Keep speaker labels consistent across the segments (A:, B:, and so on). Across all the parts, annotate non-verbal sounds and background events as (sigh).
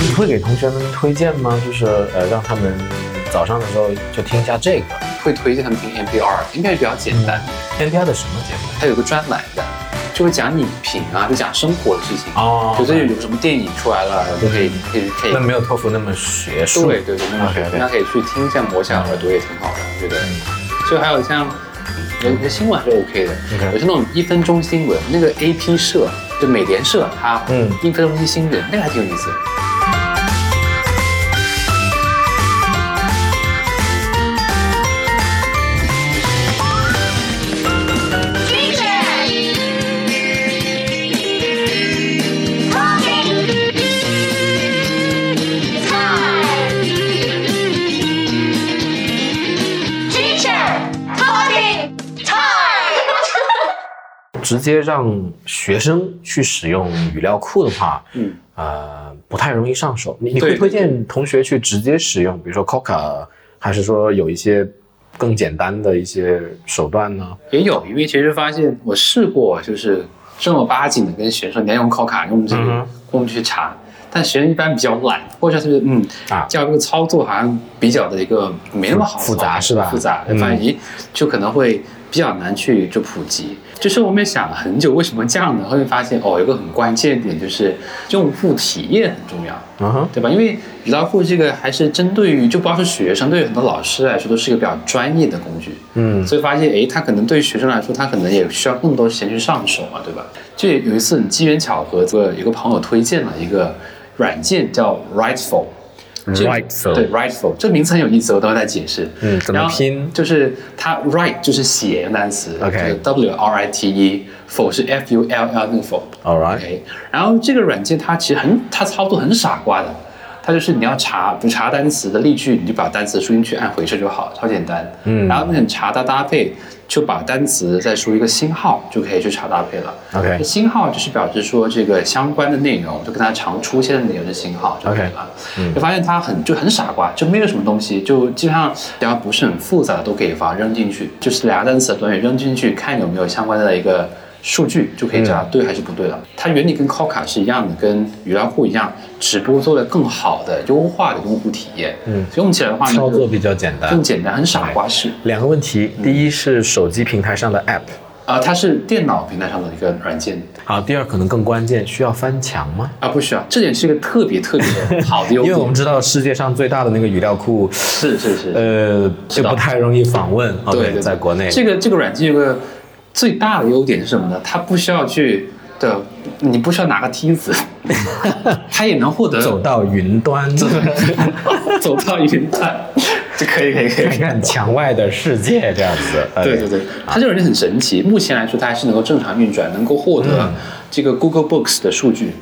A: 你会给同学们推荐吗？就是呃，让他们早上的时候就听一下这个
B: 会推荐他们听 NPR，NPR 比较简单，
A: NPR 的什么节目？
B: 它有个专栏的，就会讲影评啊，就讲生活的事情。
A: 哦
B: 就最近有什么电影出来了，就可以可以可以
A: 那。没有托福那么学术。
B: 对对对，那么
A: OK，
B: 大家可以去听一下磨下耳朵也挺好的，我觉得。
A: 嗯
B: 就还有像有些新闻还是 OK 的，
A: OK
B: 有些那种一分钟新闻，那个 AP 社就美联社，它
A: 嗯
B: 一分钟新闻那个还挺有意思的。
A: 直接让学生去使用语料库的话，
B: 嗯，
A: 呃，不太容易上手。你你
B: 对
A: 会推荐同学去直接使用，比如说 Coca，还是说有一些更简单的一些手段呢？
B: 也有，因为其实发现我试过，就是正儿八经的跟学生说你要用考卡，用这个
A: 嗯哼
B: 工具去查，但学生一般比较懒，或者是嗯
A: 啊
B: 教这个操作好像比较的一个没那么好
A: 复
B: 操作
A: 杂是吧
B: 复杂，
A: 嗯
B: 反正就可能会比较难去就普及。就是我们也想了很久，为什么这样呢？后面发现哦，有一个很关键点就是用户体验很重要。
A: 嗯哼，
B: 对吧？因为语料库这个还是针对于，就不光是学生，对于很多老师来说都是一个比较专业的工具。
A: 嗯
B: 所以发现，诶，他可能对于学生来说，他可能也需要更多时间去上手嘛，对吧？就有一次很机缘巧合，这个有个朋友推荐了一个软件叫 Rightful。这个
A: Rightful
B: 对 Rightful 这名词很有意思，我等会再解释。
A: 嗯怎么
B: 然后
A: 拼
B: 就是它 Right 就是写的单词
A: OK
B: 就是 W R I T E，Full 是 F U L L 那个 Full。
A: ，All right，
B: OK，然后这个软件它其实很，它操作很傻瓜的，它就是你要查，比如查单词的例句，你就把单词输进去，按回去就好，超简单。
A: 嗯
B: 然后那种查搭搭配，就把单词再输一个星号，就可以去查搭配了。
A: OK
B: 这星号就是表示说这个相关的内容，就跟它常出现的内容的星号就可以了。
A: 嗯
B: 就发现它很就很傻瓜，就没有什么东西，就基本上只要不是很复杂的都可以发扔进去，就是两个单词的短语扔进去，看有没有相关的一个数据，就可以知
A: 嗯
B: 道对还是不对了。它原理跟 Coca 是一样的，跟语料库一样，只不过做了更好的优化的用户体验。嗯，所以用起来的话呢，
A: 操作
B: 就
A: 比较简单
B: 更。简单，很傻瓜式。
A: 两个问题，第一是手机平台上的 App，
B: 啊，它是电脑平台上的一个软件
A: 好，第二可能更关键，需要翻墙吗？
B: 啊，不需要，这点是一个特别特别好的
A: (laughs)
B: 优
A: 因
B: 点。
A: 为我们知道世界上最大的那个语料库，
B: 是是是，
A: 呃，就不太容易访问。
B: 对
A: OK，
B: 对对
A: 哦在国内，
B: 这个这个软件有个最大的优点是什么呢？它不需要去的，你不需要拿个
A: (laughs)
B: 梯子，它也能获得
A: 走到云端，
B: (laughs) 走到云端，就可以可以可
A: 看
B: 以。
A: 看墙外的世界，这样子。呃
B: 对
A: OK
B: 对对，它这个软件很神奇。目前来说，它还是能够正常运转，能够获
A: 嗯
B: 得这个 Google Books 的数据，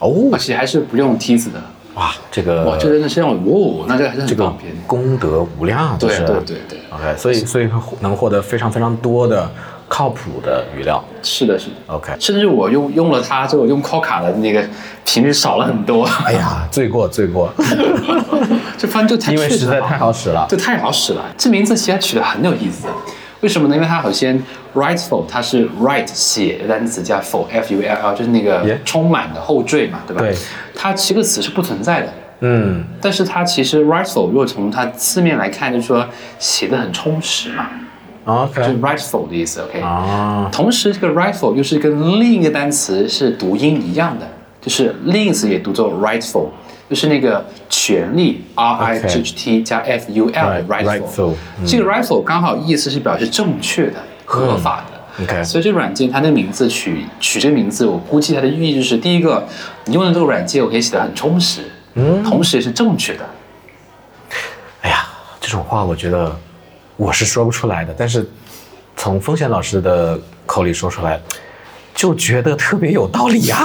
B: 而
A: 哦，
B: 且还是不用梯子的。
A: 哇，这
B: 哇，
A: 个
B: 这真的是让我，哇，那这个还是
A: 嗯这
B: 很
A: 个
B: 方便。
A: 功德无量，就
B: 对
A: 是啊
B: 对对对，
A: OK，所以所以能获得非常非常多的靠谱的语料。
B: 是的，是的。
A: OK，
B: 甚至我用用了它之后，用 Coca 的那个频率少了很多。
A: 哎呀，罪过罪过，
B: (laughs) 这翻 (laughs) 就太
A: 因为
B: 确实
A: 实在
B: 好
A: 太好使了。
B: 这太好使了。这名字其实取得很有意思，为什么呢？因为它首先 rightful 它是 right 写的单词加 full f u l l 就是那个
A: Yeah
B: 充满的后缀嘛，对吧？
A: 对，
B: 它其实这个词是不存在的。
A: 嗯，
B: 但是它其实 rightful 如果从它字面来看，就是说写的很充实嘛，就是
A: OK，
B: rightful 的意思。OK，、
A: 啊，
B: 同时这个 rightful 又是跟另一个单词是读音一样的，就是另一个词也读作 rightful，就是那个权利 r i g h t 加 f u l 的
A: Right- rightful，嗯
B: rightful，这个 rightful 刚好意思是表示正确的、合法的。
A: OK
B: 所以这软件它的名字取取这个名字，我估计它的寓意就是：第一个，你用的这个软件我可以写得很充实，嗯，同时也是正确的。
A: 哎呀，这种话我觉得我是说不出来的，但是从风险老师的口里说出来，就觉得特别有道理
B: (laughs)
A: 啊。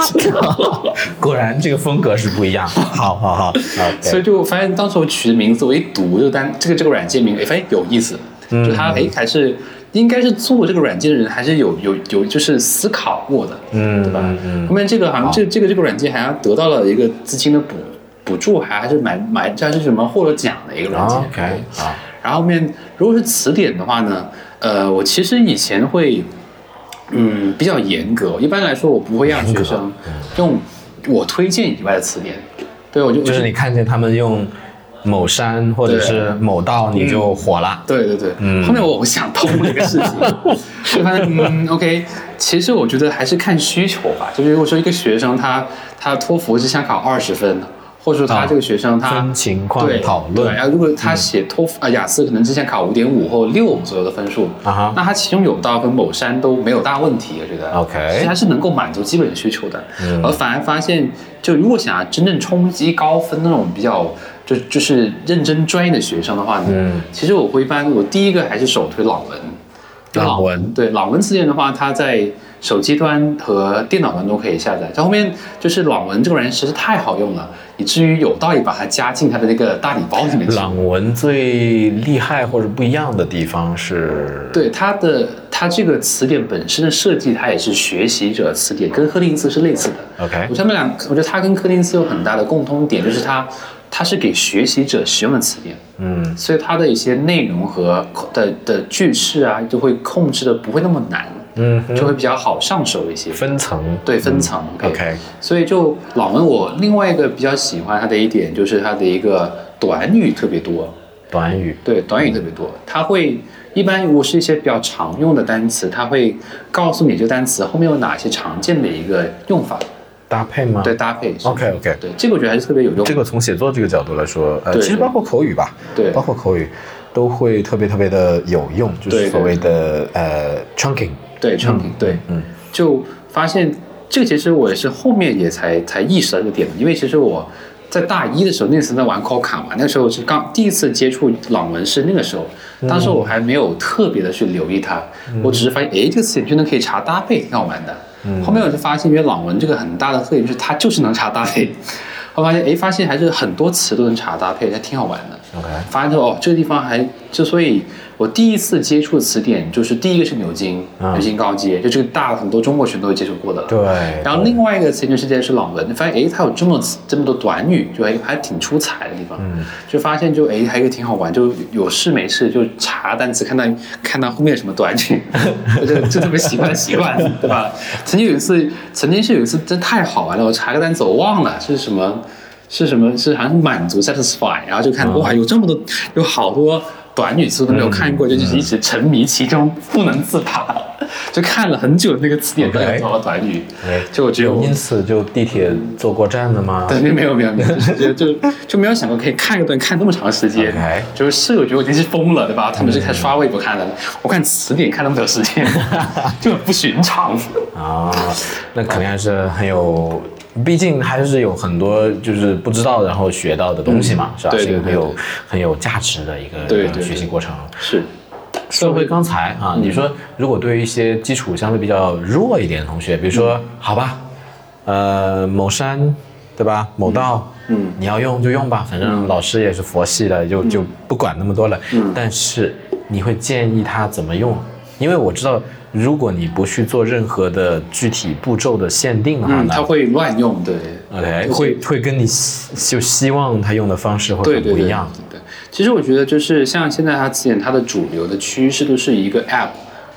A: 果然这个风格是不一样。好好好，
B: 所以就发现
A: 嗯
B: 当时我取的名字，我一读这个单这个这个软件名，哎，发现有意思，就它哎还是应该是做这个软件的人还是有有有就是思考过的，
A: 嗯，
B: 对吧？
A: 嗯
B: 后面这个好像这这个这个软件好像得到了一个资金的补补助，还还是蛮蛮这还是什么获了奖的一个软件。
A: ，OK 啊，
B: 然后后面如果是词典的话呢，呃，我其实以前会，嗯，比较严格。一般来说，我不会让学生用我推荐以外的词典。对，我就
A: 嗯就是你看见他们用某山或者是某道，你就火了。
B: 对对对，
A: 嗯
B: 后面我我想通了这个
A: (laughs)
B: 事情，就发现嗯，OK，其实我觉得还是看需求吧。就是如果说一个学生他他托福是想考二十分的，或者说他
A: 啊
B: 这个学生他、
A: 分情况
B: 对
A: 讨
B: 对，
A: 论嗯
B: 然后如果他写托福啊、雅思可能之前考五点五或六左右的分数，
A: 啊哈
B: 那他其中有道跟某山都没有大问题，我觉得
A: OK
B: 其实还是能够满足基本需求的。
A: 嗯
B: 而反而发现，就如果想要真正冲击高分那种比较就就是认真专业的学生的话呢，
A: 嗯
B: 其实我会一般我第一个还是首推朗文。
A: 朗文
B: 对朗文词典的话，它在手机端和电脑端都可以下载。它后面就是朗文这个软件实在太好用了，以至于有道理把它加进它的那个大礼包里面去。
A: 朗文最厉害或者不一样的地方是，
B: 对它的它这个词典本身的设计，它也是学习者词典，跟柯林斯是类似的。
A: ，OK，
B: 我觉得他们俩，我觉得它跟柯林斯有很大的共通点，就是它它是给学习者使用的词典，
A: 嗯
B: 所以它的一些内容和的的句式啊，就会控制的不会那么难，
A: 嗯哼，
B: 就会比较好上手一些。
A: 分层，
B: 对分层、
A: 嗯，OK，
B: 所以就朗文，我另外一个比较喜欢它的一点就是它的一个短语特别多，
A: 短语，
B: 对，短语特别多，它会一般如果是一些比较常用的单词，它会告诉你这个单词后面有哪些常见的一个用法，
A: 搭配吗？
B: 对，搭配是。
A: ，OK OK，
B: 对，这个我觉得还是特别有用。
A: 这个从写作这个角度来说，呃，
B: 对
A: 其实包括口语吧，
B: 对
A: 包括口语都会特别特别的有用，就
B: 对
A: 是
B: 对
A: 所谓的呃 chunking，
B: 对产品，对，
A: 嗯，
B: 就发现这个其实我也是后面也才才意识到这个点的，因为其实我在大一的时候，那次在玩考卡嘛，那时候是刚第一次接触朗文是那个时候，
A: 嗯
B: 当时我还没有特别的去留意它，我只是发现诶，这个词典居然可以查搭配，挺好玩的。
A: 嗯
B: 后面我就发现，原来朗文这个很大的特点就是它就是能查搭配。后来发现，诶，发现还是很多词都能查搭配，还挺好玩的。
A: OK
B: 发现说哦，这个地方还之所以我第一次接触词典，就是第一个是牛津，
A: 嗯
B: 牛津高阶，就这个大很多中国学生都接触过的了。
A: 对，
B: 然后另外一个词典世界是朗文，发现诶，它有这么这么多短语，就还还挺出彩的地方。
A: 嗯，
B: 就发现就诶，还有一个挺好玩，就有事没事就查单词，看到看到后面有什么短语， (laughs) 就就特别喜欢的习惯， (laughs) 对吧？曾经有一次，曾经是有一次真太好玩了，我查个单词我忘了是什么，是什么是好像是满足 satisfy，然后就看、哇有这么多有好多短语词都没有看过，就是一直沉迷其中不能自拔， (laughs) 就看了很久那个词典到底有多少短语。
A: 哎
B: 就我只有
A: 因此就地铁坐过站了吗？
B: 对，没有没有没有，就是就就没有想过可以看一段看那么长时间
A: OK
B: 就是室友觉得我已经是疯了，对吧？他们是看刷微博看的，我看词典看那么久
A: (laughs)
B: 时间，就很不寻常。
A: 啊，那肯定还是很有，毕竟还是有很多就是不知道然后学到的东西嘛，是吧？
B: 嗯对
A: 是一个
B: 对
A: 很
B: 对
A: 有很有价值的一个
B: 对对
A: 呃
B: 对
A: 学习过程。
B: 是，
A: 说回刚才啊，
B: 嗯
A: 你说如果对于一些基础相对比较弱一点的同学，比如说、
B: 嗯
A: 好吧，呃，某山对吧，某道，
B: 嗯
A: 你要用就用吧，反正老师也是佛系的，就就不管那么多了。
B: 嗯
A: 但是你会建议他怎么用？因为我知道，如果你不去做任何的具体步骤的限定的话
B: 嗯，
A: 呢
B: 他会乱用，对。
A: 啊，OK，
B: 就是
A: 会会跟你希就希望他用的方式会
B: 对
A: 很
B: 对
A: 不
B: 对
A: 一样。
B: 对，其实我觉得就是像现在它词典，它的主流的趋势都是一个 App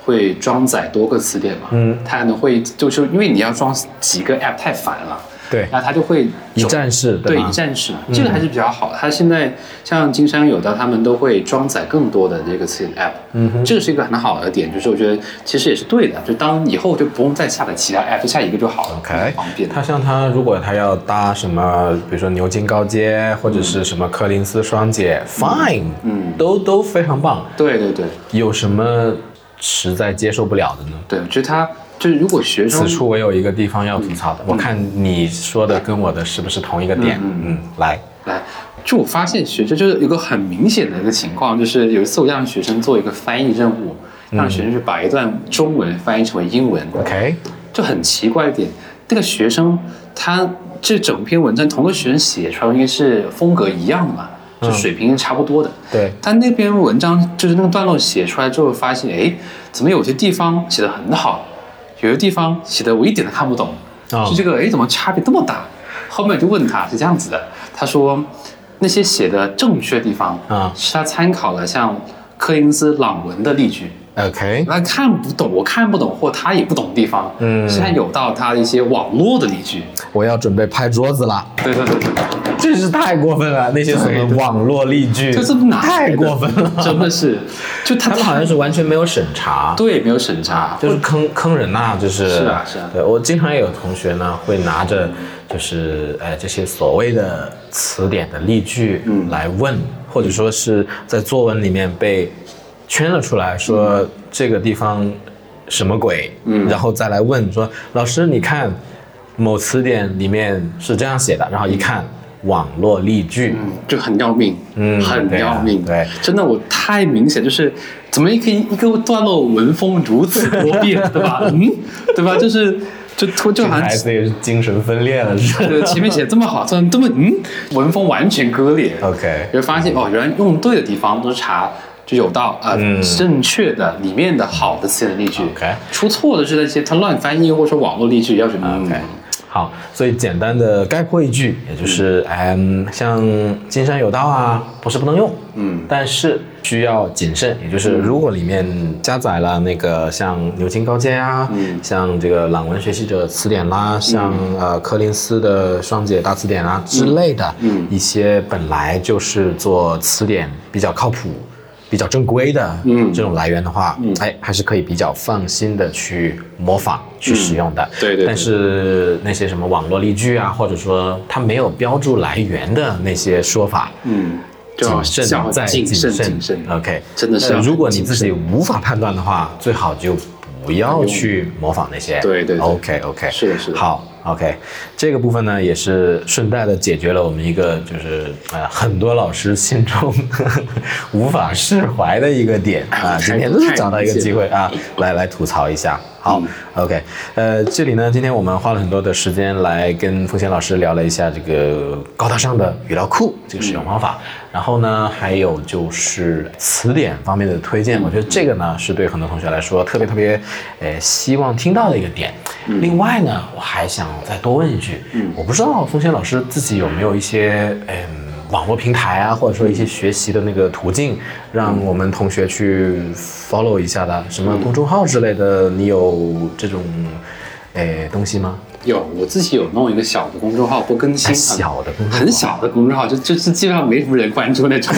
B: 会装载多个词典嘛。
A: 嗯，
B: 它可能会就是因为你要装几个 App 太烦了，
A: 对，
B: 那它就会
A: 一
B: 走
A: 站式
B: 哎对
A: 吧
B: 一？站式，
A: 嗯
B: 这个还是比较好的。它现在像金山有道，他们都会装载更多的这个词典 app，
A: 嗯哼
B: 这个是一个很好的点，就是我觉得其实也是对的，就当以后就不用再下载其他 app，就下一个就好了
A: 嗯 OK
B: 方便。
A: 它像它如果它要搭什么，比如说牛津高阶或者是什么柯林斯双姐、f i n e
B: 嗯
A: 都都非常棒。
B: 对对对
A: 有什么实在接受不了的呢？
B: 对，我觉得它就是如果学生
A: 此处我有一个地方要吐槽的，我看你说的跟我的是不是同一个点？
B: 嗯
A: 嗯，来，
B: 来，就我发现学生就是有个很明显的一个情况，就是有一次我让学生做一个翻译任务，让学生去把一段中文翻译成为英文。
A: ，OK，
B: 就很奇怪一点，那个学生他这整篇文章同个学生写出来应该是风格一样的嘛，
A: 嗯
B: 就水平差不多的。
A: 对，
B: 但那篇文章就是那个段落写出来之后，发现哎，怎么有些地方写的很好，有些地方写的我一点都看不懂，
A: 哦
B: 就这个哎，怎么差别这么大？后面我就问他是这样子的，他说那些写的正确的地方
A: 啊
B: 是他参考了像柯林斯朗文的例句。
A: OK，
B: 他看不懂，我看不懂，或他也不懂的地方，
A: 嗯
B: 是他有到他的一些网络的例句，
A: 我要准备拍桌子了，
B: 对对对对，
A: 真是太过分了！那些什么网络例句，
B: 这是哪来
A: 太
B: 的
A: 过分了。
B: 真
A: (laughs)
B: 的是，就他
A: 他们好像是完全没有审查，
B: 对没有审查，
A: 就是坑坑人呐、就是
B: 啊是啊是啊
A: 对我经常也有同学呢，会拿着就是呃这些所谓的词典的例句
B: 嗯
A: 来问，或者说是在作文里面被圈了出来，说这个地方什么鬼，
B: 嗯
A: 然后再来问说老师你看某词典里面是这样写的，然后一看网络例句，
B: 嗯，就很要命，
A: 嗯
B: 很
A: 对啊
B: 要命，
A: 对
B: 真的我太明显，就是怎么一个一个段落文风如此多变，对吧？嗯，对吧？就是就突就好像
A: 孩子哎也是精神分裂了，
B: (laughs)
A: 是吧
B: 对前面写得这么好，突然这么嗯，文风完全割裂，
A: (laughs) ？OK，
B: 你会发现哦，原来用对的地方都是查就有到呃、
A: 嗯
B: 正确的里面的好的词典例句
A: OK
B: 出错的是那些他乱翻译或者说网络例句要去嗯
A: OK，好，所以简单的概括一句，也就是嗯，像金山有道啊，不是不能用，
B: 嗯
A: 但是需要谨慎，也就是如果里面加载了那个像牛津高阶啊，
B: 嗯
A: 像这个朗文学习者词典啦，像呃柯林斯的双解大词典啊之类的，
B: 嗯
A: 一些本来就是做词典比较靠谱。比较正规的
B: 嗯
A: 这种来源的话，哎，还是可以比较放心的去模仿、去使用的。
B: 嗯对对对
A: 但是那些什么网络例句啊，或者说它没有标注来源的那些说法，
B: 嗯，就要
A: 谨
B: 要
A: 慎再
B: 谨
A: 慎，
B: 谨慎。
A: OK，
B: 真的是
A: 呃
B: 要
A: 如果你
B: 谨
A: 自己无法判断的话，最好就不要去模仿那些。
B: 对对对
A: OK OK，
B: 是的是的
A: 好 OK，这个部分呢也是顺带的解决了我们一个就是呃很多老师心中 (laughs) 无法释怀的一个点啊，
B: (laughs) 太
A: 今天又找到一个机会啊，来来吐槽一下。好、o
B: 嗯
A: k 呃，这里呢，今天我们花了很多的时间来跟风贤老师聊了一下这个高大上的语料库这个使用方法，
B: 嗯
A: 然后呢，还有就是词典方面的推荐，我觉得这个呢是对很多同学来说特别特别，呃，希望听到的一个点。
B: 嗯
A: 另外呢，我还想再多问一句，我不知道风贤老师自己有没有一些，嗯、网络平台啊，或者说一些学习的那个途径，让我们同学去 follow 一下的，什么公众号之类的，你有这种诶东西吗？
B: 有，我自己有弄一个小的公众号，不更新，啊
A: 小的公众号
B: 很小的公众号，就就是基本上没什么人关注那种。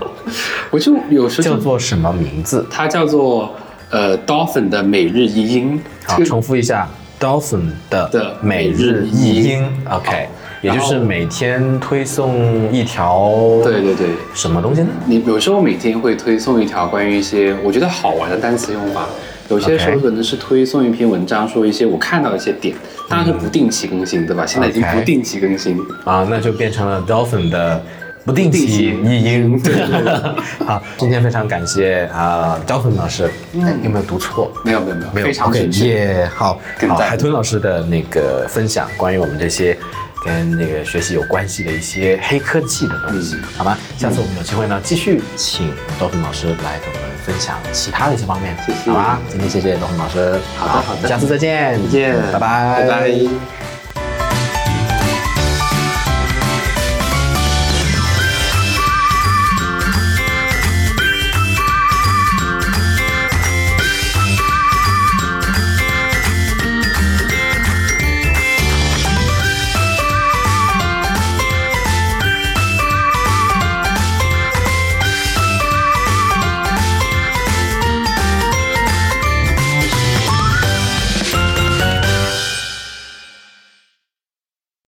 B: (laughs) 我就有时候
A: 叫
B: 就
A: 做什么名字？
B: 它叫做呃 Dolphin 的每日一音，
A: 好
B: 这，个
A: 啊重复一下，Dolphin 的
B: 的
A: 每
B: 每
A: 日
B: 日
A: 一
B: 一
A: 音
B: 音
A: ，OK，
B: 好
A: 也就
B: 然后
A: 是每天推送一条，
B: 对对对，
A: 什么东西呢？
B: 你有时候每天会推送一条关于一些我觉得好玩的单词用法，有些时候
A: OK
B: 可能是推送一篇文章，说一些我看到的一些点，当然是不定期更新，对吧？现在已经
A: OK
B: 不定期更新，
A: 啊，那就变成了 Dolphin 的不定期
B: 不定
A: 译
B: (laughs)
A: 音。对，好，今天非常感谢啊、Dolphin 老师，哎，有没有读错？
B: 没有没有没有，
A: 没有
B: 嗯非常
A: OK，
B: 准确。
A: 耶，好，
B: 更
A: 好，
B: 赞
A: 海豚老师的那个分享，关于我们这些跟那个学习有关系的一些黑科技的东西，
B: 嗯
A: 好吧？下次我们有机会呢，继续请刀锋老师来给我们分享其他的一些方面，
B: 谢谢
A: 好吧？今天谢谢刀锋老师，
B: 好的好的
A: 下次再见，再
B: 见
A: 拜拜，
B: 拜拜。